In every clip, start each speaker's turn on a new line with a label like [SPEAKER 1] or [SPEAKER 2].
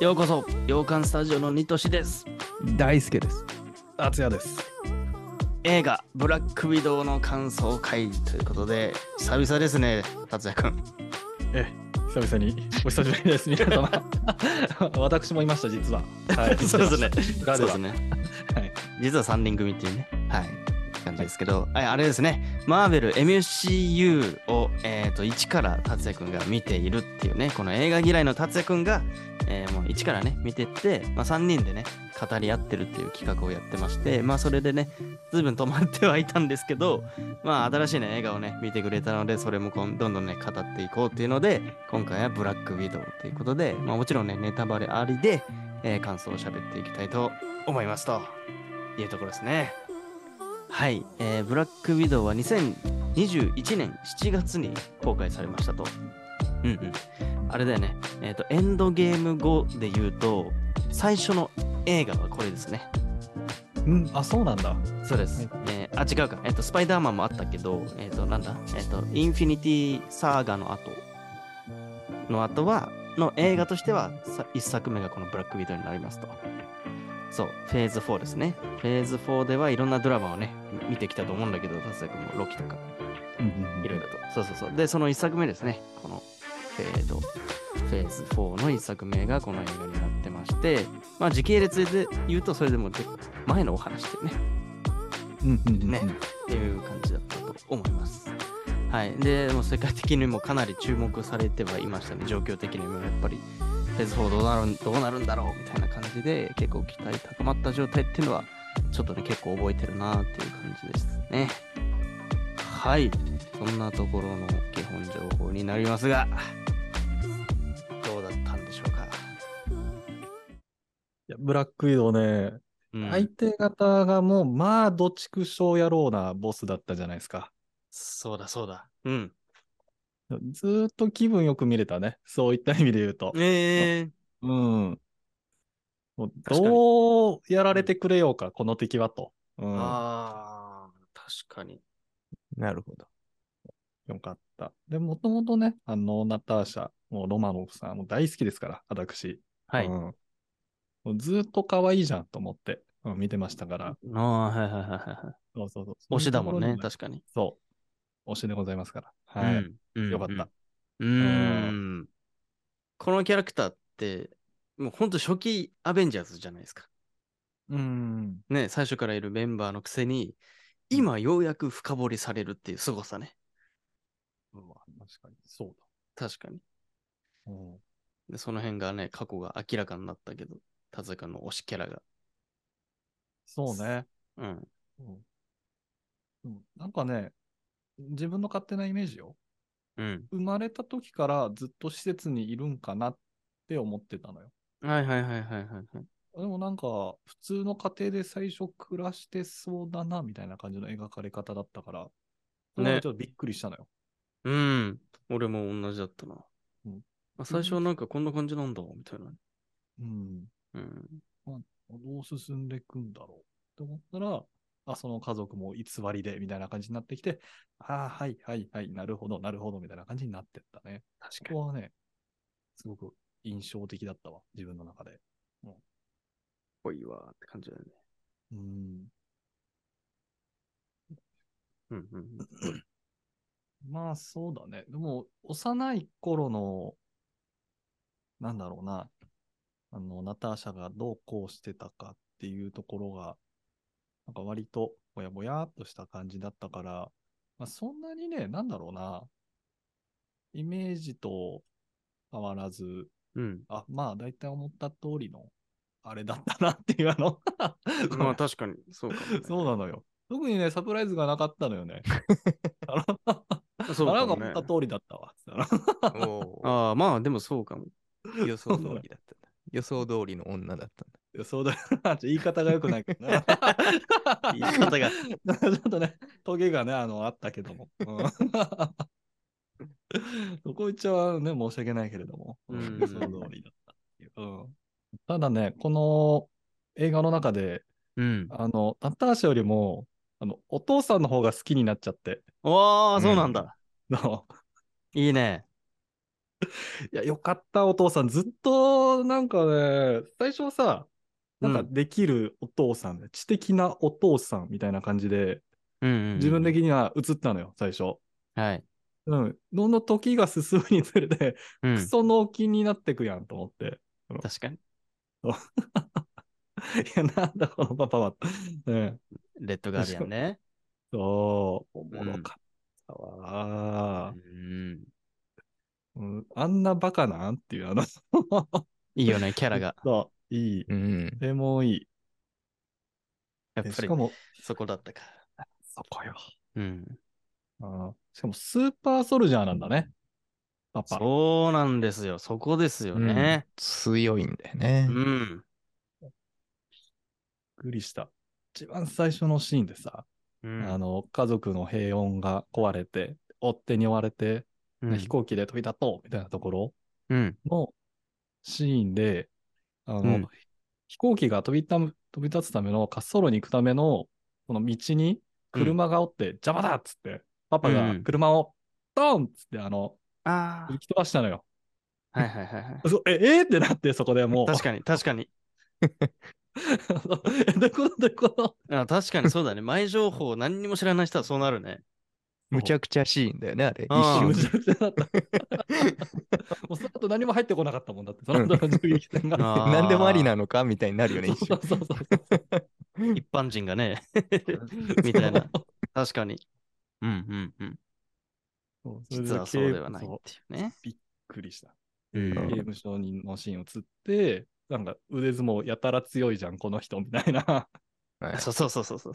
[SPEAKER 1] ようこそ洋館スタジオのニトシです
[SPEAKER 2] 大輔です。
[SPEAKER 3] 達也です。
[SPEAKER 1] 映画「ブラックウィドウ」の感想会ということで久々ですね達也くん
[SPEAKER 3] ええ、久々に、お久しぶりです、皆様。 私もいました、実は。はい、
[SPEAKER 1] ね
[SPEAKER 3] 裏
[SPEAKER 1] そ
[SPEAKER 3] で
[SPEAKER 1] うで
[SPEAKER 3] は
[SPEAKER 1] すね
[SPEAKER 3] はい
[SPEAKER 1] 実は3人組っていうねはい感じですけど、はい、あれですねマーベル MCU を、えー、と1から達也くんが見ているっていうねこの映画嫌いの達也くんが、えーもう一からね見てって、まあ、3人でね語り合ってるっていう企画をやってましてまあそれでね随分止まってはいたんですけどまあ新しいね映画をね見てくれたのでそれもこんどんどんね語っていこうっていうので今回はブラックウィドウということで、まあ、もちろんねネタバレありで、えー感想を喋っていきたいと思いますというところですね。はい、えーブラックウィドウは2021年7月に公開されましたと。うんうん。あれだよね。えっ、と、エンドゲーム後で言うと、最初の映画はこれですね。
[SPEAKER 3] うん、あ、そうなんだ。
[SPEAKER 1] そうです。えーあ、違うか。えっ、と、スパイダーマンもあったけど、えっ、と、なんだえっ、と、インフィニティサーガの後の後は、の映画としては、さ一作目がこのブラックウィドウになりますと。そう、フェーズ4ですね。フェーズ4ではいろんなドラマをね、見てきたと思うんだけど、達也君もロキとか、
[SPEAKER 3] うん
[SPEAKER 1] いろいろと。そうそうそう。で、その一作目ですね。このフェード、フェーズ4の一作目がこの映画になってまして、まあ時系列で言うと、それでもで前のお話でね。
[SPEAKER 3] うんうんうん
[SPEAKER 1] ねっていう感じだったと思います。はい、でもう世界的にもかなり注目されてはいましたね、状況的にもやっぱり、フェーズ4どうなるどうなるんだろうみたいな感じで、結構期待高まった状態っていうのは、ちょっとね、結構覚えてるなっていう感じですね。はい、そんなところの基本情報になりますが、どうだったんでしょうか。
[SPEAKER 3] いやブラックウィドウね、
[SPEAKER 1] うん
[SPEAKER 3] 相手方がもう、まあ、どちくしょうやろうなボスだったじゃないですか。
[SPEAKER 1] そうだそうだ。うん。
[SPEAKER 3] ずーっと気分よく見れたね。そういった意味で言うと。
[SPEAKER 1] えー、
[SPEAKER 3] うん。もう
[SPEAKER 1] 確かに
[SPEAKER 3] どうやられてくれようか、この敵はと。うん。よ
[SPEAKER 1] ああ、確かに。
[SPEAKER 2] なるほど。
[SPEAKER 3] かった。で、もともとね、あの、ナターシャ、もうロマノフさん、もう大好きですから、私。
[SPEAKER 1] はい。
[SPEAKER 3] うんもうずっと可愛いじゃんと思って、うん見てましたから。
[SPEAKER 1] ああ、はいはいはいはいはい。
[SPEAKER 3] そうそうそう。
[SPEAKER 1] 推しだもんね、
[SPEAKER 3] そういうところに
[SPEAKER 1] 確かに。
[SPEAKER 3] そう。推しでございますから。はい。
[SPEAKER 1] うん。うん
[SPEAKER 3] よかった。。
[SPEAKER 1] うーん。このキャラクターって、もうほんと初期アベンジャーズじゃないですか。
[SPEAKER 3] うん。
[SPEAKER 1] ね、最初からいるメンバーのくせに、今ようやく深掘りされるっていう凄さね。
[SPEAKER 3] うわ確かに。そう
[SPEAKER 1] 確かに。
[SPEAKER 3] だ。うん
[SPEAKER 1] で、その辺がね、過去が明らかになったけど、田坂の推しキャラが。
[SPEAKER 3] そうね。
[SPEAKER 1] うん。
[SPEAKER 3] うんうんなんかね、自分の勝手なイメージよ。
[SPEAKER 1] うん。
[SPEAKER 3] 生まれた時からずっと施設にいるんかなって思ってたのよ。
[SPEAKER 1] はいはいはいはいはいはい。
[SPEAKER 3] でもなんか、普通の家庭で最初暮らしてそうだな、みたいな感じの描かれ方だったから、それ
[SPEAKER 1] ね
[SPEAKER 3] がちょっとびっくりしたのよ。
[SPEAKER 1] うん。俺も同じだったな。
[SPEAKER 3] うん
[SPEAKER 1] あ最初はなんかこんな感じなんだ、みたいな。
[SPEAKER 3] うん。
[SPEAKER 1] うん。
[SPEAKER 3] どう進んでいくんだろうって思ったら、あ、その家族も偽りで、みたいな感じになってきて、ああ、はい、はい、はい、なるほど、なるほど、みたいな感じになってったね。
[SPEAKER 1] 確
[SPEAKER 3] ここはね、すごく印象的だったわ、自分の中で。
[SPEAKER 1] ぽいわって感じだよね。
[SPEAKER 3] うん。
[SPEAKER 1] うんうんうん。
[SPEAKER 3] まあ、そうだね。でも、幼い頃の、なんだろうな、あの、ナターシャがどうこうしてたかっていうところが、なんか割と、ぼやぼやっとした感じだったから、まあ、そんなにね、なんだろうな、イメージと変わらず、
[SPEAKER 1] うん。
[SPEAKER 3] あ、まあ、大体思った通りの、あれだったなっていう、あの、ごめん
[SPEAKER 1] まあ確かに、そうかもね、
[SPEAKER 3] そうなのよ。特にね、サプライズがなかったのよ ね。あの
[SPEAKER 1] そう
[SPEAKER 3] あ
[SPEAKER 1] か
[SPEAKER 3] なんか
[SPEAKER 1] も
[SPEAKER 3] 思
[SPEAKER 1] ね
[SPEAKER 3] った通りだったわ。
[SPEAKER 2] お ー
[SPEAKER 1] ああ、まあでもそうかも。
[SPEAKER 2] 予想通りだったんだ。予想通りの女だったんだ。
[SPEAKER 3] いやそうだよな。ちょ言い方が良くないけど な。
[SPEAKER 1] 言い方が。
[SPEAKER 3] ちょっとね、トゲがね、あの、あったけども。うん そこ一応はね、申し訳ないけれども。
[SPEAKER 1] うん
[SPEAKER 3] 予想通りだったっていう。うんただね、この映画の中で、
[SPEAKER 1] うん。
[SPEAKER 3] あの、ナターシャよりも、あの、お父さんの方が好きになっちゃって。
[SPEAKER 1] おー、そうなんだ。
[SPEAKER 3] の
[SPEAKER 1] いいね。
[SPEAKER 3] いや、よかった、お父さん。ずっと、なんかね、最初はさ、なんか
[SPEAKER 1] うん
[SPEAKER 3] できるお父さん、知的なお父さんみたいな感じで、
[SPEAKER 1] うんうんうん
[SPEAKER 3] 自分。的には映ったのよ、最初。
[SPEAKER 1] はい。
[SPEAKER 3] うん。どんどん時が進むにつれて、
[SPEAKER 1] う
[SPEAKER 3] ク
[SPEAKER 1] ん。
[SPEAKER 3] ソ脳筋になってくやんと思って。
[SPEAKER 1] 確かに。
[SPEAKER 3] いや、なんだこのパパは。ね
[SPEAKER 1] レッドガーディアンね。
[SPEAKER 3] そう、おもろかったわ、
[SPEAKER 1] うん。
[SPEAKER 3] うんあんなバカなんっていう、あの、
[SPEAKER 1] いいよね、キャラが。
[SPEAKER 3] そう、いい。
[SPEAKER 2] うん。
[SPEAKER 3] とてもいい。
[SPEAKER 1] やっ
[SPEAKER 3] で
[SPEAKER 1] ぱ
[SPEAKER 3] し
[SPEAKER 1] り
[SPEAKER 3] かも、
[SPEAKER 1] そこだったか。
[SPEAKER 3] そこよ。
[SPEAKER 1] うん。
[SPEAKER 3] あーしかも、スーパーソルジャーなんだね。パパ。
[SPEAKER 1] そうなんですよ。そこですよね。
[SPEAKER 2] 強いんだよね
[SPEAKER 1] う。ん。
[SPEAKER 3] びっくりした。一番最初のシーンでさ、
[SPEAKER 1] うん
[SPEAKER 3] あ、の、家族の平穏が壊れて、追っ手に追われて、
[SPEAKER 1] うん
[SPEAKER 3] 飛行機で飛び立とうみたいなところ
[SPEAKER 1] うん。
[SPEAKER 3] のシーンで、あの、
[SPEAKER 1] うん
[SPEAKER 3] 飛行機が飛びた飛び立つための滑走路に行くための、この道に車がおって、邪魔だっつって、パパ
[SPEAKER 1] う
[SPEAKER 3] が
[SPEAKER 1] ん
[SPEAKER 3] 車をドーンっつって、あの、
[SPEAKER 1] あ
[SPEAKER 3] 吹き飛ばしたのよ。
[SPEAKER 1] あ。はいはいはいはい。
[SPEAKER 3] そうえ、えーってなって、そこでもう。
[SPEAKER 1] 確かに、確かに。
[SPEAKER 3] えどういうことどういうこと
[SPEAKER 1] あ確かにそうだね。前情報何にも知らない人はそうなるね。
[SPEAKER 2] むちゃくちゃシーンだよね、あれ。
[SPEAKER 1] あー
[SPEAKER 3] む
[SPEAKER 2] 一瞬
[SPEAKER 3] ちゃくちゃだった。もうその後何も入ってこなかったもんだって、その後の銃撃戦が。
[SPEAKER 1] あー
[SPEAKER 2] 何でもありなのかみたいになるよね、一
[SPEAKER 3] そ
[SPEAKER 2] 瞬
[SPEAKER 3] う。そうそうそう。
[SPEAKER 1] 一般人がね、みたいな。確かに。うんうんうん。
[SPEAKER 3] そうそれ
[SPEAKER 1] 実はそうではないっ
[SPEAKER 3] そうびっ
[SPEAKER 1] い
[SPEAKER 3] て
[SPEAKER 1] うね。
[SPEAKER 3] くりした。
[SPEAKER 1] うん
[SPEAKER 3] ゲーム承認のシーンを映って、なんか腕相撲やたら強いじゃん、この人みたいな。
[SPEAKER 2] はい
[SPEAKER 1] そうそうそうそうそう。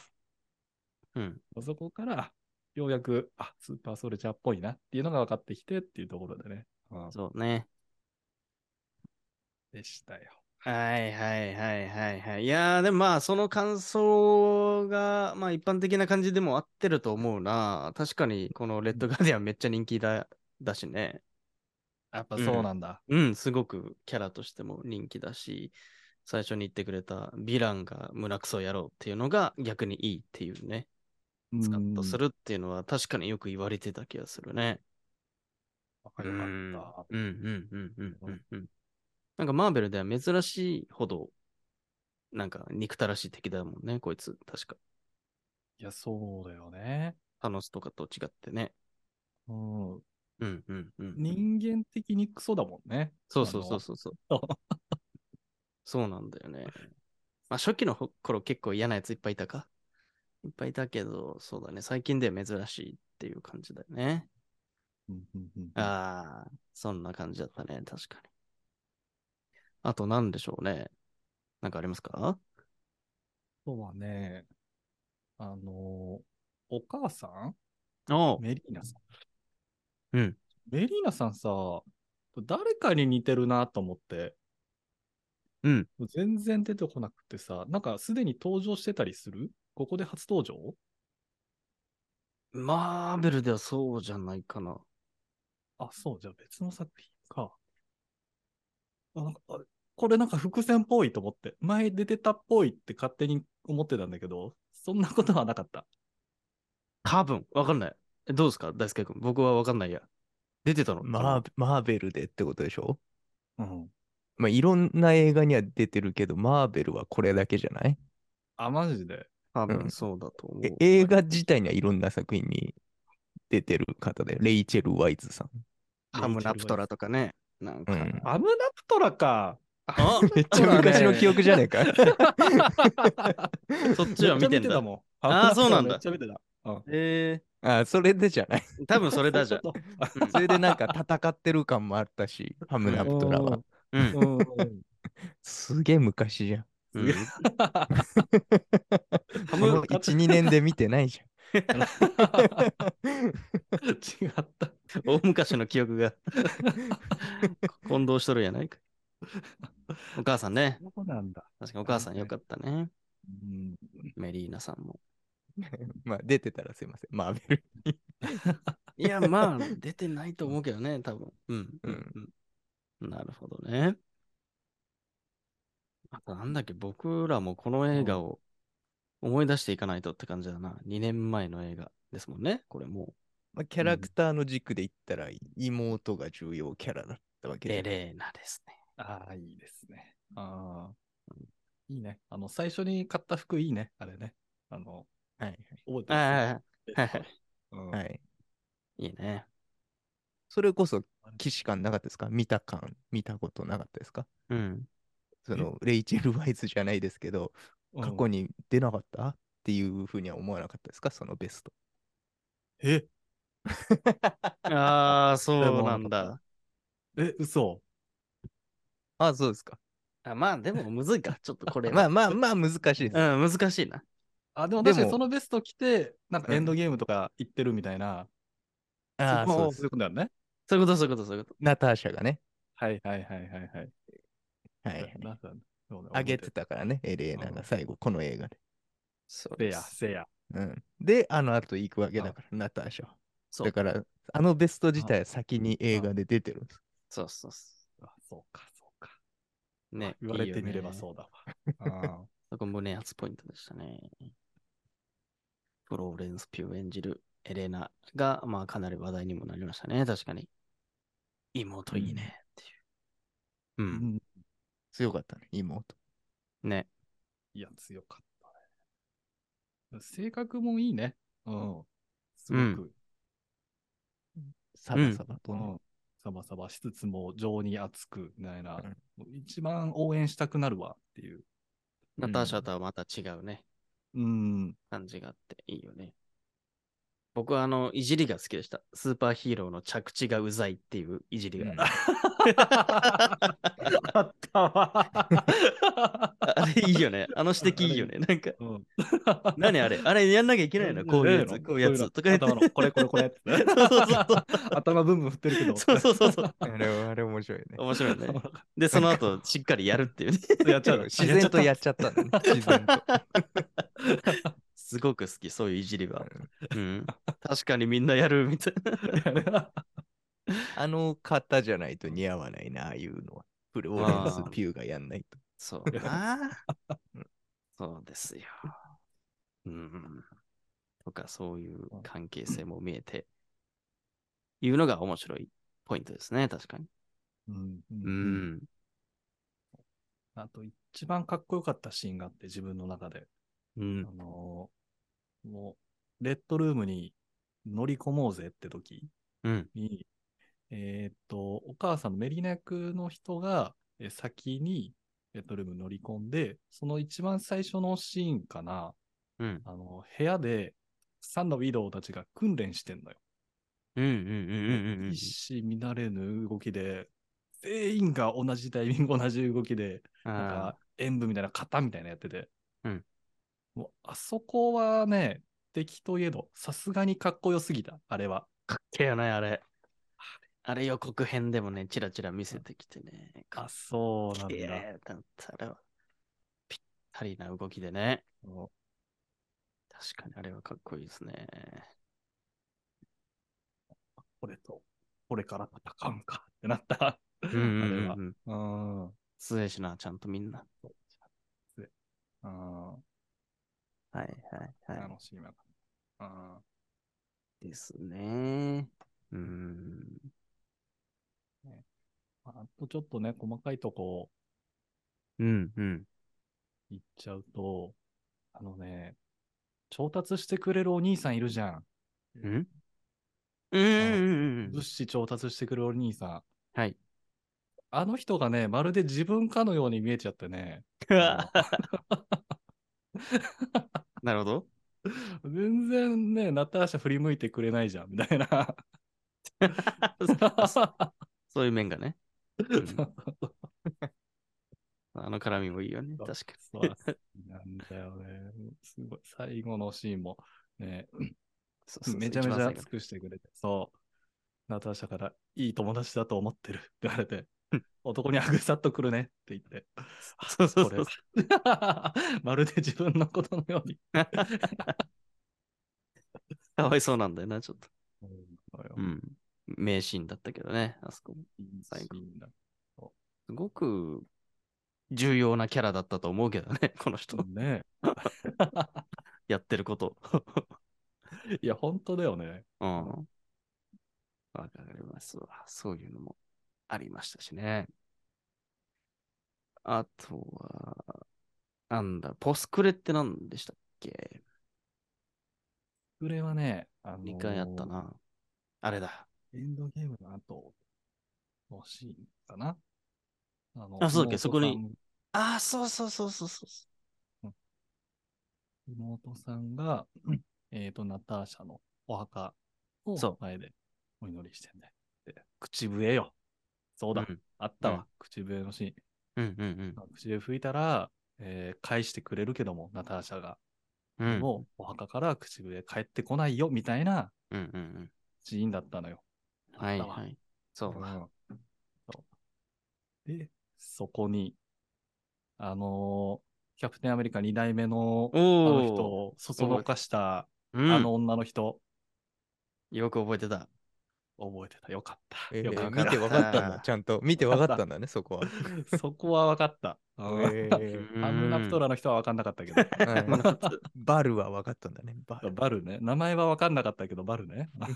[SPEAKER 1] うん。
[SPEAKER 3] そこから、ようやく、あ、スーパーソルジャーっぽいなっていうのが分かってきてっていうところでね。うん
[SPEAKER 1] そうね。
[SPEAKER 3] でしたよ。
[SPEAKER 1] はいはいはいはいはい。いやー、でもまあ、その感想が、まあ一般的な感じでも合ってると思うな。確かに、このレッドガーディアンめっちゃ人気だ、だしね。
[SPEAKER 3] やっぱそうなんだ。
[SPEAKER 1] うん、すごくキャラとしても人気だし、最初に言ってくれたヴィランが胸クソ野郎っていうのが逆にいいっていうね、スカッとするっていうのは確かによく言われてた気がするね。
[SPEAKER 3] うん。分かっ
[SPEAKER 1] うんうんうんうんうんうん。なんかマーベルでは珍しいほど、なんか憎たらしい敵だもんね、こいつ。確か。
[SPEAKER 3] た。いや、そうだよね。
[SPEAKER 1] ハノスとかと違ってね。
[SPEAKER 3] うん。
[SPEAKER 1] うんうんうん。
[SPEAKER 3] 人間的にクソだもんね。
[SPEAKER 1] そうそうそ
[SPEAKER 3] あ
[SPEAKER 1] う
[SPEAKER 3] の
[SPEAKER 1] そうそう。
[SPEAKER 3] そう
[SPEAKER 1] そうなんだよね。まあ初期のほ頃結構嫌なやついっぱいいたか。いっぱいいたけど、そうだね。最近では珍しいっていう感じだよね。
[SPEAKER 3] うんうんうん
[SPEAKER 1] ああ、そんな感じだったね。確かに。あと何でしょうね。なんかありますか
[SPEAKER 3] あとはね、あの、お母さん
[SPEAKER 1] おう
[SPEAKER 3] メリーナさん。
[SPEAKER 1] うん。
[SPEAKER 3] メリーナさんさ、誰かに似てるなと思って。
[SPEAKER 1] うん。
[SPEAKER 3] 全然出てこなくてさ、なんかすでに登場してたりするここで初登場
[SPEAKER 1] マーベルではそうじゃないかな。
[SPEAKER 3] あ、そう、じゃあ別の作品か。あ、なんか、あれこれなんか伏線っぽいと思って、前出てたっぽいって勝手に思ってたんだけど、そんなことはなかった。
[SPEAKER 1] 多分、わかんない。えどうですか大輔君。僕はわかんないや。出てたの
[SPEAKER 2] マーベマーベルでってことでしょ
[SPEAKER 3] うん。
[SPEAKER 2] まあ、いろんな映画には出てるけど、マーベルはこれだけじゃない
[SPEAKER 3] あ、マジで。
[SPEAKER 1] 多
[SPEAKER 2] う
[SPEAKER 1] 分
[SPEAKER 2] ん
[SPEAKER 1] そうだと思う
[SPEAKER 2] え。映画自体にはいろんな作品に出てる方で、レイチェル・ワイズさん。
[SPEAKER 1] ハムナプトラとかね。なんか。
[SPEAKER 2] うん
[SPEAKER 3] アムナプトラか。
[SPEAKER 1] あ
[SPEAKER 2] めっちゃ昔 の記憶 じゃねえか。
[SPEAKER 1] そっちは見てん
[SPEAKER 3] めっちゃ見てた
[SPEAKER 1] だ。
[SPEAKER 3] もん。
[SPEAKER 1] あーそうなんだ
[SPEAKER 3] めっちゃ見てた。うん
[SPEAKER 1] え
[SPEAKER 2] あ、それでじゃない。
[SPEAKER 1] ー、多分それだ じゃん。
[SPEAKER 3] そういうこ
[SPEAKER 2] それでなんか戦ってる感もあったし、ハムナプトラは。
[SPEAKER 1] うん
[SPEAKER 3] と。うんうん
[SPEAKER 2] すげえ昔じゃん。
[SPEAKER 1] うん
[SPEAKER 2] この1、2年で見てないじゃん。
[SPEAKER 3] 違った。
[SPEAKER 1] 大昔の記憶が混同しとるやないか。お母さんね。
[SPEAKER 3] そうなんだ。
[SPEAKER 1] 確かにお母さんよかったね。
[SPEAKER 3] うん
[SPEAKER 1] メリーナさんも。
[SPEAKER 2] まあ出てたらすいません。マーベル。
[SPEAKER 1] いや、まあ、出てないと思うけどね、多分。うん。うんうん、なるほどね。あと、なんだっけ、僕らもこの映画を思い出していかないとって感じだな。2年前の映画ですもんね、これも
[SPEAKER 2] まあ、キャラクターの軸で言ったら、妹が重要キャラだったわけ
[SPEAKER 1] レ
[SPEAKER 2] で。
[SPEAKER 1] レーナですね。
[SPEAKER 3] ああ、いいですね。ああ、いいね。あの、最初に買った服いいね。あれね。あの、
[SPEAKER 2] はい
[SPEAKER 3] 覚えて
[SPEAKER 1] あ
[SPEAKER 3] ます
[SPEAKER 1] あ
[SPEAKER 3] うん
[SPEAKER 2] はい。はい。
[SPEAKER 1] あ、いいね。
[SPEAKER 2] それこそ、既視感なかったですか見た感、見たことなかったですか
[SPEAKER 1] うん。
[SPEAKER 2] その、レイチェル・ワイズじゃないですけど、過去
[SPEAKER 3] いい。
[SPEAKER 2] に出なかったっていうふうには思わなかったですかそのベスト。
[SPEAKER 3] え、
[SPEAKER 1] ああ、そうなんだ。
[SPEAKER 3] え、嘘。
[SPEAKER 2] あ、そうですか。
[SPEAKER 1] あまあ、でもむずいか。ちょっとこれ
[SPEAKER 2] ま
[SPEAKER 1] は。
[SPEAKER 2] あまあまあ難しいです。
[SPEAKER 1] うん、難しいな。
[SPEAKER 3] あ、でも
[SPEAKER 2] で
[SPEAKER 3] 確かにそ
[SPEAKER 2] も
[SPEAKER 3] のベスト着て、なんか
[SPEAKER 2] うん
[SPEAKER 3] エンドゲームとか行ってるみたいな。
[SPEAKER 2] ああ、そうです
[SPEAKER 3] そういうことだよね。
[SPEAKER 1] そういうこと、そういうこと、そういうこ
[SPEAKER 2] ナターシャがね、
[SPEAKER 3] はいはいはいはいはい。
[SPEAKER 2] はい
[SPEAKER 3] そうだよなそうだよなそうだよな
[SPEAKER 2] あげてたからね、エレーナが最後、この映画で。
[SPEAKER 1] と。
[SPEAKER 3] せや、せや。
[SPEAKER 2] うん、で、あの後行くわけだから、ナターシャは。
[SPEAKER 1] そう
[SPEAKER 2] だから、あのベスト自体は先に映画で出てるんです。
[SPEAKER 1] そうそうそ
[SPEAKER 3] あそうか、そうか。
[SPEAKER 1] う。ね。
[SPEAKER 3] 言われてみれば
[SPEAKER 1] う。
[SPEAKER 3] そうだわ。
[SPEAKER 1] そこ胸熱ポイントでしたね。フローレンス・ピュー演じるエレナが、まあ、かなり話題にもなりましたね。確かに。妹いいねっていう。う
[SPEAKER 3] うん
[SPEAKER 1] ん。
[SPEAKER 3] うん
[SPEAKER 2] 強かったね、妹。
[SPEAKER 1] ね。
[SPEAKER 3] いや、強かったね。性格もいいね。うん。すごく、
[SPEAKER 2] サバサバと
[SPEAKER 3] う
[SPEAKER 2] ね。
[SPEAKER 3] ん、サバサバしつつも情に熱く、みたいな
[SPEAKER 2] うん。
[SPEAKER 3] もう一番応援したくなるわっていう。
[SPEAKER 1] ナターシャとはまた違うね。
[SPEAKER 3] うん。
[SPEAKER 1] 感じがあっていいよね。僕はあの、いじりが好きでした。スーパーヒーローの着地がうざいっていういじりが。
[SPEAKER 2] うん
[SPEAKER 3] あったわ。
[SPEAKER 1] あれいいよね。あの指摘いいよね。なんか、
[SPEAKER 3] うん
[SPEAKER 1] 何あれあれやんなきゃいけないのこういうや
[SPEAKER 3] ねえ
[SPEAKER 1] つ、
[SPEAKER 3] の
[SPEAKER 1] こういうやつ。とか
[SPEAKER 3] こう
[SPEAKER 1] 言
[SPEAKER 3] い
[SPEAKER 1] っ
[SPEAKER 3] う
[SPEAKER 1] て
[SPEAKER 3] の頭のこれこれこれって
[SPEAKER 1] そうそうそう。
[SPEAKER 3] 頭ブンブン振ってるけど。
[SPEAKER 1] そうそうそうそう。
[SPEAKER 2] あれはあれ面白い ね。
[SPEAKER 1] 面白いね。で、その後、しっかりやるっていうね。
[SPEAKER 3] やっちゃう の。
[SPEAKER 2] 自然とやっちゃったんだね。自然と。
[SPEAKER 1] すごく好き、そういういじりは。 うん。確かにみんなやるみたいな。
[SPEAKER 2] あの方じゃないと似合わないな、ああいうのは。フルオーレンス
[SPEAKER 1] あー
[SPEAKER 2] ピューがやんないと。
[SPEAKER 1] そうな。 そうですよ。うん。とか、そういう関係性も見えて、いうのが面白いポイントですね、確かに。
[SPEAKER 3] うんうん
[SPEAKER 1] うん。
[SPEAKER 3] あと、一番かっこよかったシーンがあって、自分の中で。
[SPEAKER 1] う
[SPEAKER 3] あ
[SPEAKER 1] ん。
[SPEAKER 3] のーもう、レッドルームに乗り込もうぜって時
[SPEAKER 1] うん。
[SPEAKER 3] に、えーっと、お母さんのメリーナ役の人が、えー先にレッドルームに乗り込んで、その一番最初のシーンかな、
[SPEAKER 1] うん。
[SPEAKER 3] あの、部屋で、サンのウィドウたちが訓練してんのよ。
[SPEAKER 1] うん。うん。うん。うん。
[SPEAKER 3] 一糸乱れぬ動きで、全員が同じタイミング、同じ動きで、なん
[SPEAKER 1] あ
[SPEAKER 3] か演舞みたいな型みたいなのやってて。
[SPEAKER 1] うん
[SPEAKER 3] もうあそこはね、敵といえど、さすがにかっこよすぎた、あれは。
[SPEAKER 1] ーかっけえよね、あれ。あれ予告編でもね、チラチラ見せてきてね。かっ
[SPEAKER 3] そう
[SPEAKER 1] けえだったら、ぴったりな動きでね。
[SPEAKER 3] そう
[SPEAKER 1] 確かにあれはかっこいいですね。
[SPEAKER 3] これと、これから戦うんかってなった。あ
[SPEAKER 1] うんうん
[SPEAKER 3] れ
[SPEAKER 1] う
[SPEAKER 3] は
[SPEAKER 1] ん。うん。
[SPEAKER 3] うん。
[SPEAKER 1] 強いしな、ちゃんとみんな。
[SPEAKER 3] うん。
[SPEAKER 1] はいはいは
[SPEAKER 3] 楽しみだな。うん。
[SPEAKER 1] い。ですね。うん。
[SPEAKER 3] あとちょっとね、細かいとこ
[SPEAKER 1] うんうん。
[SPEAKER 3] 行っちゃうと、あのね、調達してくれるお兄さんいるじゃん。
[SPEAKER 1] うんうんうんうん
[SPEAKER 3] 物。資調達してくれるお兄さん。
[SPEAKER 1] はい。
[SPEAKER 3] あの人がね、まるで自分かのように見えちゃってね。
[SPEAKER 1] なるほ ど。
[SPEAKER 3] 全然ね、ナターシャ振り向いてくれないじゃん、みたい な。
[SPEAKER 1] そういう面がね。うんあの絡みもいいよね。確か
[SPEAKER 3] そうなんだよね。すごい。最後のシーンも、ね、
[SPEAKER 1] に。
[SPEAKER 3] めちゃめちゃ尽
[SPEAKER 1] つ
[SPEAKER 3] くしてくれて、そう。ナターシャから、いい友達だと思ってるって言われて
[SPEAKER 1] うん、
[SPEAKER 3] 男にはぐさっとくるねって言って、
[SPEAKER 1] そうそうそう。
[SPEAKER 3] まるで自分のことのように。
[SPEAKER 1] かわいそうなんだよな、ちょっと。
[SPEAKER 3] う
[SPEAKER 1] う、ん。名シーンだったけどね、あそこも。最後
[SPEAKER 3] いいんだ
[SPEAKER 1] すごく重要なキャラだったと思うけど ね、この人。
[SPEAKER 3] ね。
[SPEAKER 1] やってること。
[SPEAKER 3] いや、本当だよね。
[SPEAKER 1] うん。わかりますわ。そういうのもありましたしね。あとは、なんだ、ポスクレって何でしたっけ
[SPEAKER 3] これはね、あのー
[SPEAKER 1] 二回あった。な。あれだ。
[SPEAKER 3] エンドゲームの後のシーンかな。あの
[SPEAKER 1] あそうだっけそこに。
[SPEAKER 2] ああ、そうそうそうそうそう。
[SPEAKER 3] 妹さん妹さんが、えっ、と、ナターシャのお墓を
[SPEAKER 1] そう
[SPEAKER 3] 前でお祈りしてんだよ。で口笛よ。そうだ、
[SPEAKER 1] うん
[SPEAKER 3] あったわ、
[SPEAKER 1] うん
[SPEAKER 3] 口笛のシーン。
[SPEAKER 1] うんうん
[SPEAKER 3] 口笛吹いたら、えー返してくれるけども、ナターシャが。
[SPEAKER 1] うん。うん
[SPEAKER 3] もうお墓から口笛帰ってこないよ、みたいな
[SPEAKER 1] うんうん
[SPEAKER 3] シーンだったのよ。
[SPEAKER 1] うん。はい
[SPEAKER 3] あったわ
[SPEAKER 1] はい。そうだ。
[SPEAKER 3] うんそうで、そこに、あのーキャプテンアメリカ2代目の
[SPEAKER 1] お
[SPEAKER 3] あの人
[SPEAKER 1] お。
[SPEAKER 3] をそそのかした、
[SPEAKER 1] うん
[SPEAKER 3] あの女の人、
[SPEAKER 1] よく覚えてた。
[SPEAKER 3] 覚えてた。よかった。
[SPEAKER 2] え
[SPEAKER 3] よか
[SPEAKER 2] ー、
[SPEAKER 3] っ
[SPEAKER 2] 見
[SPEAKER 3] た。
[SPEAKER 2] てわかったんだ、ちゃんと。見てわかったんだね、そこは。
[SPEAKER 3] そこは分かった。
[SPEAKER 2] えー
[SPEAKER 1] うん
[SPEAKER 3] アムナプトラの人は分かんなかったけど。
[SPEAKER 2] うんバルは分かったんだね。バル。
[SPEAKER 3] バルね。名前は分かんなかったけど、バルね。
[SPEAKER 1] バル。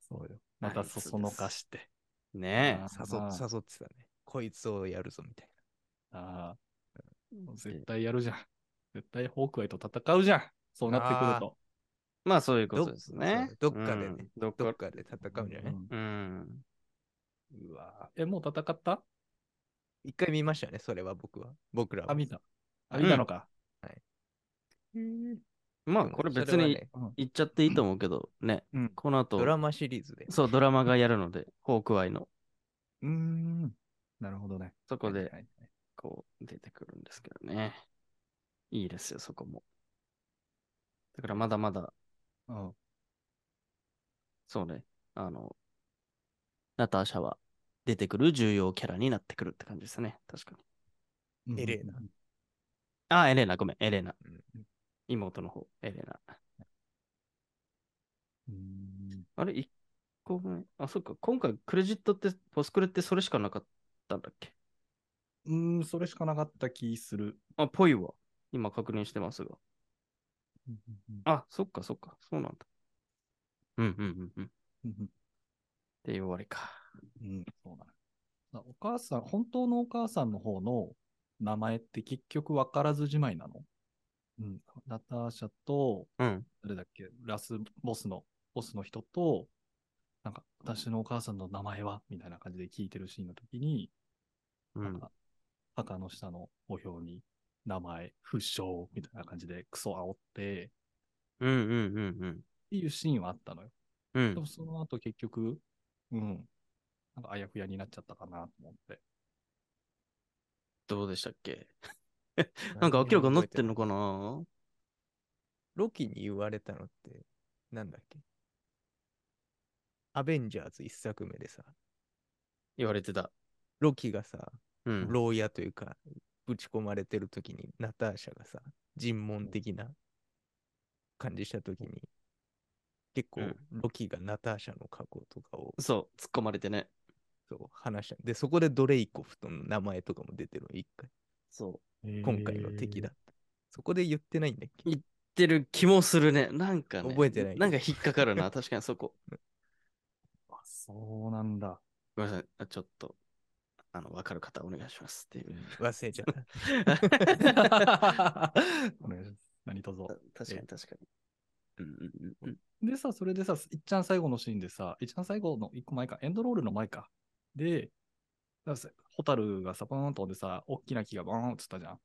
[SPEAKER 3] そうよ。またそそのかして。
[SPEAKER 1] ねえ
[SPEAKER 3] あ。
[SPEAKER 2] 誘っ誘ってたね。こいつをやるぞみたい
[SPEAKER 3] ああ。絶対やるじゃん。絶対ホークアイと戦うじゃん。そうなってくると。
[SPEAKER 1] まあそういうことですね。
[SPEAKER 2] どっかでね
[SPEAKER 1] うんどっ
[SPEAKER 2] な。ど
[SPEAKER 1] か
[SPEAKER 2] っ。かで戦うんじゃない、
[SPEAKER 3] ん
[SPEAKER 1] うん。
[SPEAKER 3] うわーえ、もう戦った
[SPEAKER 2] 一回見ましたね、それは僕は。僕らは。
[SPEAKER 3] あ、見た。あ、
[SPEAKER 1] うん
[SPEAKER 3] 見たのか。
[SPEAKER 1] まあこれ別に
[SPEAKER 2] そはね
[SPEAKER 1] 言っちゃっていいと思うけどね。
[SPEAKER 3] うん
[SPEAKER 1] この後
[SPEAKER 2] ド、ラマシリーズで。
[SPEAKER 1] そう、ドラマがやるので、ホークアイの、
[SPEAKER 3] うーん。なるほどね。
[SPEAKER 1] そこ
[SPEAKER 3] はい
[SPEAKER 1] で
[SPEAKER 3] はいはい
[SPEAKER 1] こう出てくるんですけどね。いいですよ、そこも。だからまだまだ、
[SPEAKER 3] うん。
[SPEAKER 1] そうね、あの、ナターシャは出てくる重要キャラになってくるって感じですね。確かに。
[SPEAKER 3] うん
[SPEAKER 2] エレーナ。
[SPEAKER 1] あ、エレナ、ごめん、エレナ
[SPEAKER 2] うん。
[SPEAKER 1] 妹の方、エレナ。
[SPEAKER 3] うーん
[SPEAKER 1] あれ、1個目。あ、そっか。今回、クレジットって、ポスクレってそれしかなかったんだっけ
[SPEAKER 3] うーん、それしかなかった気する。
[SPEAKER 1] あ、ぽいわ。今確認してますが。
[SPEAKER 3] うんうん
[SPEAKER 1] あ、そっかそっか。そうなんだ。うんうんうんうん。っ
[SPEAKER 3] うん
[SPEAKER 1] ていう終わりか。
[SPEAKER 3] うんうんそうだねだお母さん、本当のお母さんの方の名前って結局分からずじまいなのうん。ナターシャと、
[SPEAKER 1] うん。
[SPEAKER 3] 誰だっけ、ラスボスの、ボスの人と、なんか、私のお母さんの名前はみたいな感じで聞いてるシーンの時に、
[SPEAKER 1] う
[SPEAKER 3] なん
[SPEAKER 1] ん。
[SPEAKER 3] か、墓の下の墓標に名前、不詳みたいな感じでクソ煽って、
[SPEAKER 1] うんうんうん
[SPEAKER 3] っていうシーンはあったのよ。
[SPEAKER 1] うん。う
[SPEAKER 3] で
[SPEAKER 1] ん
[SPEAKER 3] も。その後結局、うん、なんかあやふやになっちゃったかなと思って。
[SPEAKER 1] どうでしたっけなんか明らかになってんのかな
[SPEAKER 2] ロキに言われたのって、なんだっけアベンジャーズ一作目でさ、
[SPEAKER 1] 言われてた。
[SPEAKER 2] ロキがさ、
[SPEAKER 1] うん。
[SPEAKER 2] 牢屋というか、ぶち込まれてる時に、ナターシャがさ、尋問的な感じした時に、結構
[SPEAKER 1] うん、
[SPEAKER 2] ロキがナターシャの過去とかを
[SPEAKER 1] そう、突っ込まれてね。
[SPEAKER 2] そう話した。で、そこでドレイコフとの名前とかも出てるの、一回。
[SPEAKER 1] そう。
[SPEAKER 2] 今回の敵だ。った。そこで言ってないんだっけ
[SPEAKER 1] 言ってる気もするね。なんかね。
[SPEAKER 2] 覚えてない
[SPEAKER 1] なんか引っかか るな。確かにそこ。
[SPEAKER 3] あそうなん だ。
[SPEAKER 1] ごめんなさいあ。ちょっと、あの、わかる方お願いしますって いう。
[SPEAKER 2] 忘れちゃった。
[SPEAKER 3] お願いします。何とぞ。
[SPEAKER 1] 確かに確かに。うんうんうんうん。
[SPEAKER 3] でさ、それでさ、いっちゃん最後のシーンでさ、いっちゃん最後の一個前か、エンドロールの前か。で、だからさホタルがさ、バーンとでさ、大きな木がバーンってったじゃん。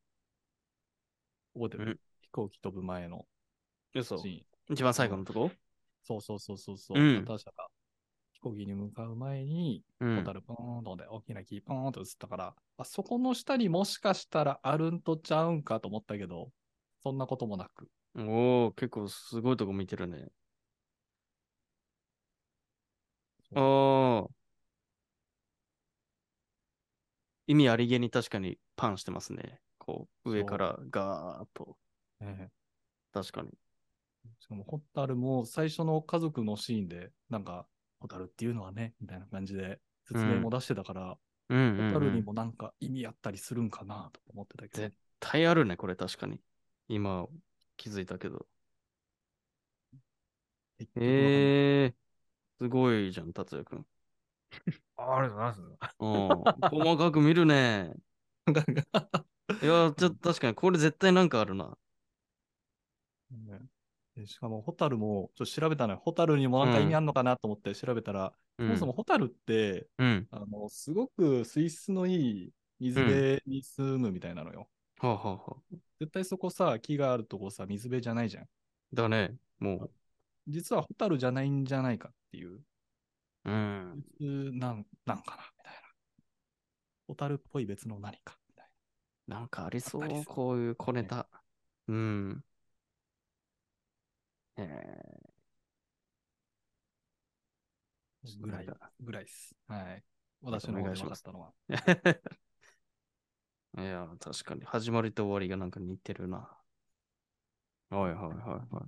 [SPEAKER 3] 覚えてる、
[SPEAKER 1] うん
[SPEAKER 3] 飛行機飛ぶ前のシ
[SPEAKER 1] 嘘
[SPEAKER 3] ー。ン。
[SPEAKER 1] 一番最後のとこ
[SPEAKER 3] そうそうそうそうそう。
[SPEAKER 1] うん
[SPEAKER 3] ナターシャが飛行機に向かう前に、
[SPEAKER 1] う
[SPEAKER 3] ホタ。ルポーンとで大きな木ポーンと映ったから、あそこの下にもしかしたらあるんとちゃうんかと思ったけど、そんなこともなく。
[SPEAKER 1] おお結構すごいとこ見てるね。
[SPEAKER 3] そう
[SPEAKER 1] おお意味ありげに確かにパンしてますね。こう、上からガーッと。
[SPEAKER 3] え
[SPEAKER 1] 確かに。
[SPEAKER 3] えしかも、ホタルも最初の家族のシーンで、なんか、ホタルっていうのはね、みたいな感じで説明も出してたから、
[SPEAKER 1] うんうん、
[SPEAKER 3] ホタ
[SPEAKER 1] う
[SPEAKER 3] ルに
[SPEAKER 1] ん。
[SPEAKER 3] もなんか意味あったりするんかなと思ってたけど
[SPEAKER 1] 絶、対あるね、これ確かに。今気づいたけど。
[SPEAKER 3] 結局の話
[SPEAKER 1] ええすごいじゃん、達也くん。
[SPEAKER 2] ありがとうございます。
[SPEAKER 1] うん。細かく見るね。いや、ちょっと確かに、これ絶対なんかあるな。
[SPEAKER 3] ねでしかも、ホタルも、ちょっと調べたのよ。ホタルにもなんか意味あんのかなと思って調べたら、
[SPEAKER 1] う
[SPEAKER 3] そも
[SPEAKER 1] ん
[SPEAKER 3] そもホタルって、
[SPEAKER 1] うん。
[SPEAKER 3] あの、すごく水質のいい水辺に住むみたいなのよ。
[SPEAKER 1] はあ、はあはあ、
[SPEAKER 3] 絶対そこさ、木があるとこさ、水辺じゃないじゃん。
[SPEAKER 1] だね。も
[SPEAKER 3] 実はホタルじゃないんじゃないかっていう、
[SPEAKER 1] う。うん。
[SPEAKER 3] うーなんなんかなみたいな。ホタルっぽい別の何かみたい
[SPEAKER 1] なんかありそう
[SPEAKER 3] ありそう、
[SPEAKER 1] こういう小ネタ。うん。えー
[SPEAKER 3] なぐらい
[SPEAKER 1] なん
[SPEAKER 3] ぐらいです。はい。私の
[SPEAKER 1] お
[SPEAKER 3] 方
[SPEAKER 1] 願
[SPEAKER 3] で
[SPEAKER 1] いし
[SPEAKER 3] 分か
[SPEAKER 1] ま
[SPEAKER 3] っ
[SPEAKER 1] す
[SPEAKER 3] たのは。
[SPEAKER 1] いや、確かに。始まりと終わりがなんか似てるな。はいはいはいはい。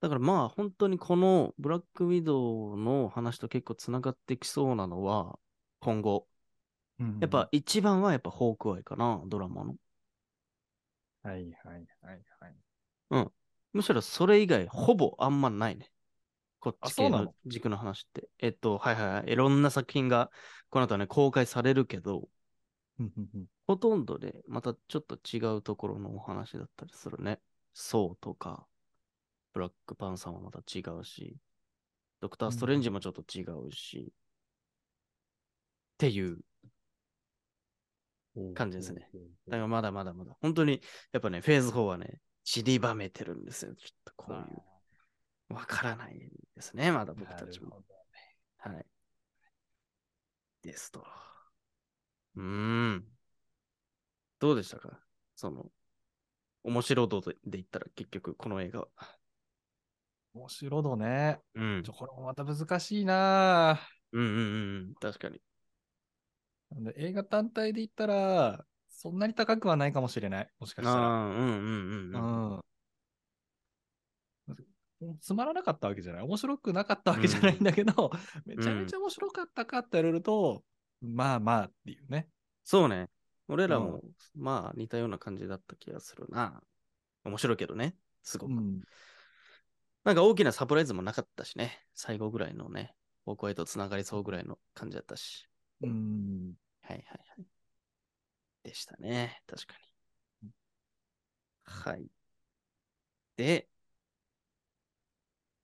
[SPEAKER 1] だからまあ本当にこのブラックウィドウの話と結構つながってきそうなのは今後。
[SPEAKER 3] うん
[SPEAKER 1] やっぱ、一番はやっぱホークアイかな、ドラマの。
[SPEAKER 3] はいはいはいはい。
[SPEAKER 1] むしろそれ以外ほぼあんまないね。こっ
[SPEAKER 3] あ
[SPEAKER 1] ち系
[SPEAKER 3] そうな
[SPEAKER 1] の
[SPEAKER 3] の
[SPEAKER 1] 軸の話って。えっと、はいはいはい。いろんな作品がこの後ね、公開されるけど、
[SPEAKER 3] うんうんうん
[SPEAKER 1] ほとんどでまたちょっと違うところのお話だったりするね。そうとか、ブラックパンサーもまた違うし、ドクターストレンジもちょっと違うし、っていう感じですね。だからまだまだまだ、本当に、やっぱね、フェーズ4はね、散りばめてるんですよ。ちょっとこういう、わからないですね、まだ僕たちも。はい。ですと。うーん。どうでしたかその、面白度で言ったら結局この映画は。
[SPEAKER 3] 面白度ね。
[SPEAKER 1] うん
[SPEAKER 3] ちょこれもまた難しいなぁ
[SPEAKER 1] うんうんうんうん。確かに。
[SPEAKER 3] なんで映画単体で言ったら、そんなに高くはないかもしれない。もしか
[SPEAKER 1] あ
[SPEAKER 3] したら。
[SPEAKER 1] あー、うんうんうんうん。
[SPEAKER 3] うん。つまらなかったわけじゃない。面白くなかったわけじゃないんだけど、めちゃめちゃ面白かったかって言われると、まあまあっていうね。
[SPEAKER 1] そうね。俺らも、まあ似たような感じだった気がするな。面白いけどね。すごく。
[SPEAKER 3] うん。
[SPEAKER 1] なんか大きなサプライズもなかったしね。最後ぐらいのね、僕へと繋がりそうぐらいの感じだったし。
[SPEAKER 3] うん。
[SPEAKER 1] はいはいはい。でしたね。確かに。はい。で、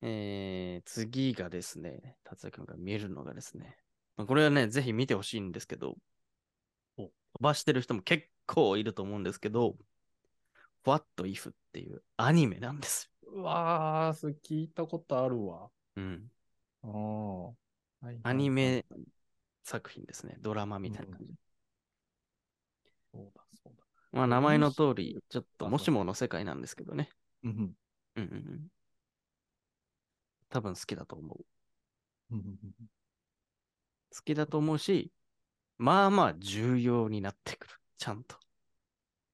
[SPEAKER 1] えー、次がですね、達也くんが見るのがですね、まあこれはね、ぜひ見てほしいんですけど、飛ばしてる人も結構いると思うんですけど、What If っていうアニメなんです
[SPEAKER 3] うわー、それ聞いたことあるわ。
[SPEAKER 1] よ。うん。
[SPEAKER 3] ああ。はいはい
[SPEAKER 1] アニメ作品ですね。ドラマみたいな感じ。
[SPEAKER 3] そうだ、そうだ。
[SPEAKER 1] まあ名前の通り
[SPEAKER 3] 面、
[SPEAKER 1] ちょっと
[SPEAKER 3] あ
[SPEAKER 1] もしもの世界なんですけどね。
[SPEAKER 3] うん
[SPEAKER 1] うんうんうん。多分好きだと思う。
[SPEAKER 3] うん。うん
[SPEAKER 1] 好きだと思うし、まあまあ重要になってくる。ちゃんと。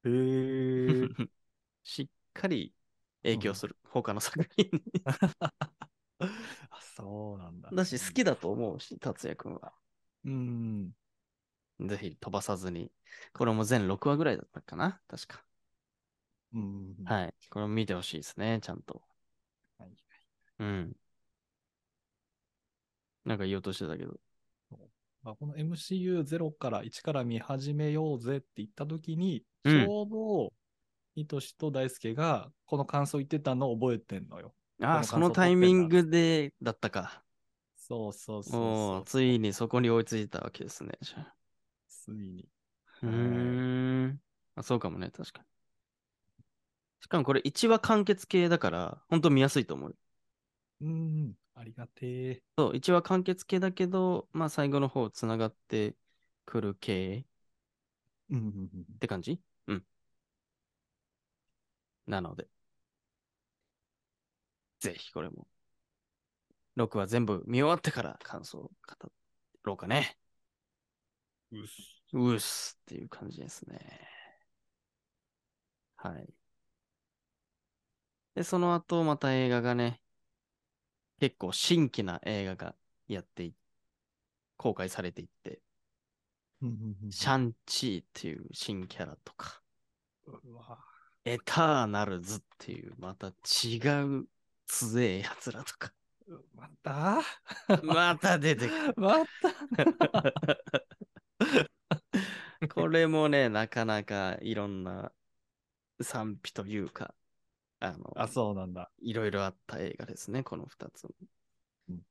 [SPEAKER 3] うんうん。へえ。
[SPEAKER 1] しっかり影響する。他の作品に。
[SPEAKER 3] あ、そうなんだ。
[SPEAKER 1] だし、好きだと思うし、達也くんは。
[SPEAKER 3] うん。
[SPEAKER 1] ぜひ飛ばさずに。これも全6話ぐらいだったかな確か。
[SPEAKER 3] うん。い。
[SPEAKER 1] はい。これも見てほしいですね。ちゃんと。
[SPEAKER 3] はいはい
[SPEAKER 1] うん。なんか言おうとしてたけど。
[SPEAKER 3] まあ、この MCU0 から1から見始めようぜって言ったときに、
[SPEAKER 1] う
[SPEAKER 3] ち
[SPEAKER 1] ん
[SPEAKER 3] ょうど、いとしと大輔がこの感想言ってたのを覚えてんのよ。
[SPEAKER 1] ああ、
[SPEAKER 3] こ
[SPEAKER 1] そ
[SPEAKER 3] の感想
[SPEAKER 1] のタイミングでだったか。
[SPEAKER 3] そうそうそう
[SPEAKER 1] お
[SPEAKER 3] そ
[SPEAKER 1] おー
[SPEAKER 3] う。
[SPEAKER 1] ついにそこに追いついたわけですね。じゃあ
[SPEAKER 3] ついに。
[SPEAKER 1] うーん。あそうかもね、確かに。しかもこれ1話完結系だから、ほんと見やすいと思うよ。
[SPEAKER 3] うん。ありがてえ。
[SPEAKER 1] そう、1話完結系だけど、まあ最後の方つながってくる系
[SPEAKER 3] うんうんうん。
[SPEAKER 1] って感じうん。なので、ぜひこれも、6話全部見終わってから感想を語ろうかね。
[SPEAKER 3] うっ
[SPEAKER 1] うっすっていう感じですね。はい。で、その後、また映画がね、結構新規な映画がやってい、公開されていって、
[SPEAKER 3] うんうんうん
[SPEAKER 1] シャンチーっていう新キャラとか、
[SPEAKER 3] うわ
[SPEAKER 1] エターナルズっていうまた違う強えやつらとか、
[SPEAKER 3] また
[SPEAKER 1] また出てく る。
[SPEAKER 3] また
[SPEAKER 1] これもね、なかなかいろんな賛否というか、あの、
[SPEAKER 3] あ、そうなんだ。
[SPEAKER 1] いろいろあった映画ですね、この2つも
[SPEAKER 3] うん。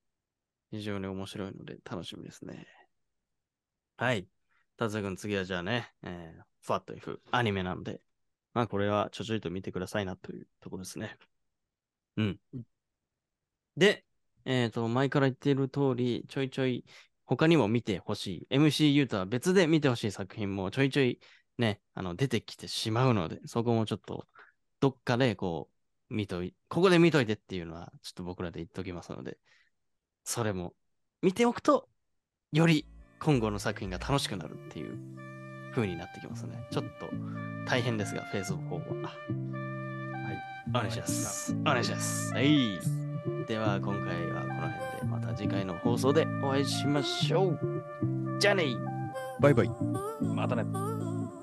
[SPEAKER 1] 非常に面白いので楽しみですね。はい。達也君、次はじゃあね、えー、ファット F、アニメなんで、まあこれはちょちょいと見てくださいなというところですね。うん。で、えっ、と、前から言っている通り、ちょいちょい他にも見てほしい、MCU とは別で見てほしい作品もちょいちょいね、あの出てきてしまうので、そこもちょっと、どっかでこう、見とい、ここで見といてっていうのは、ちょっと僕らで言っときますので、それも見ておくと、より今後の作品が楽しくなるっていう風になってきますね。ちょっと大変ですが、フェーズ4は。はい。お願いします。お願いします。はい。では、今回はこの辺で、また次回の放送でお会いしましょう。じゃあねー
[SPEAKER 2] バイバイ。
[SPEAKER 3] またね。
[SPEAKER 4] 「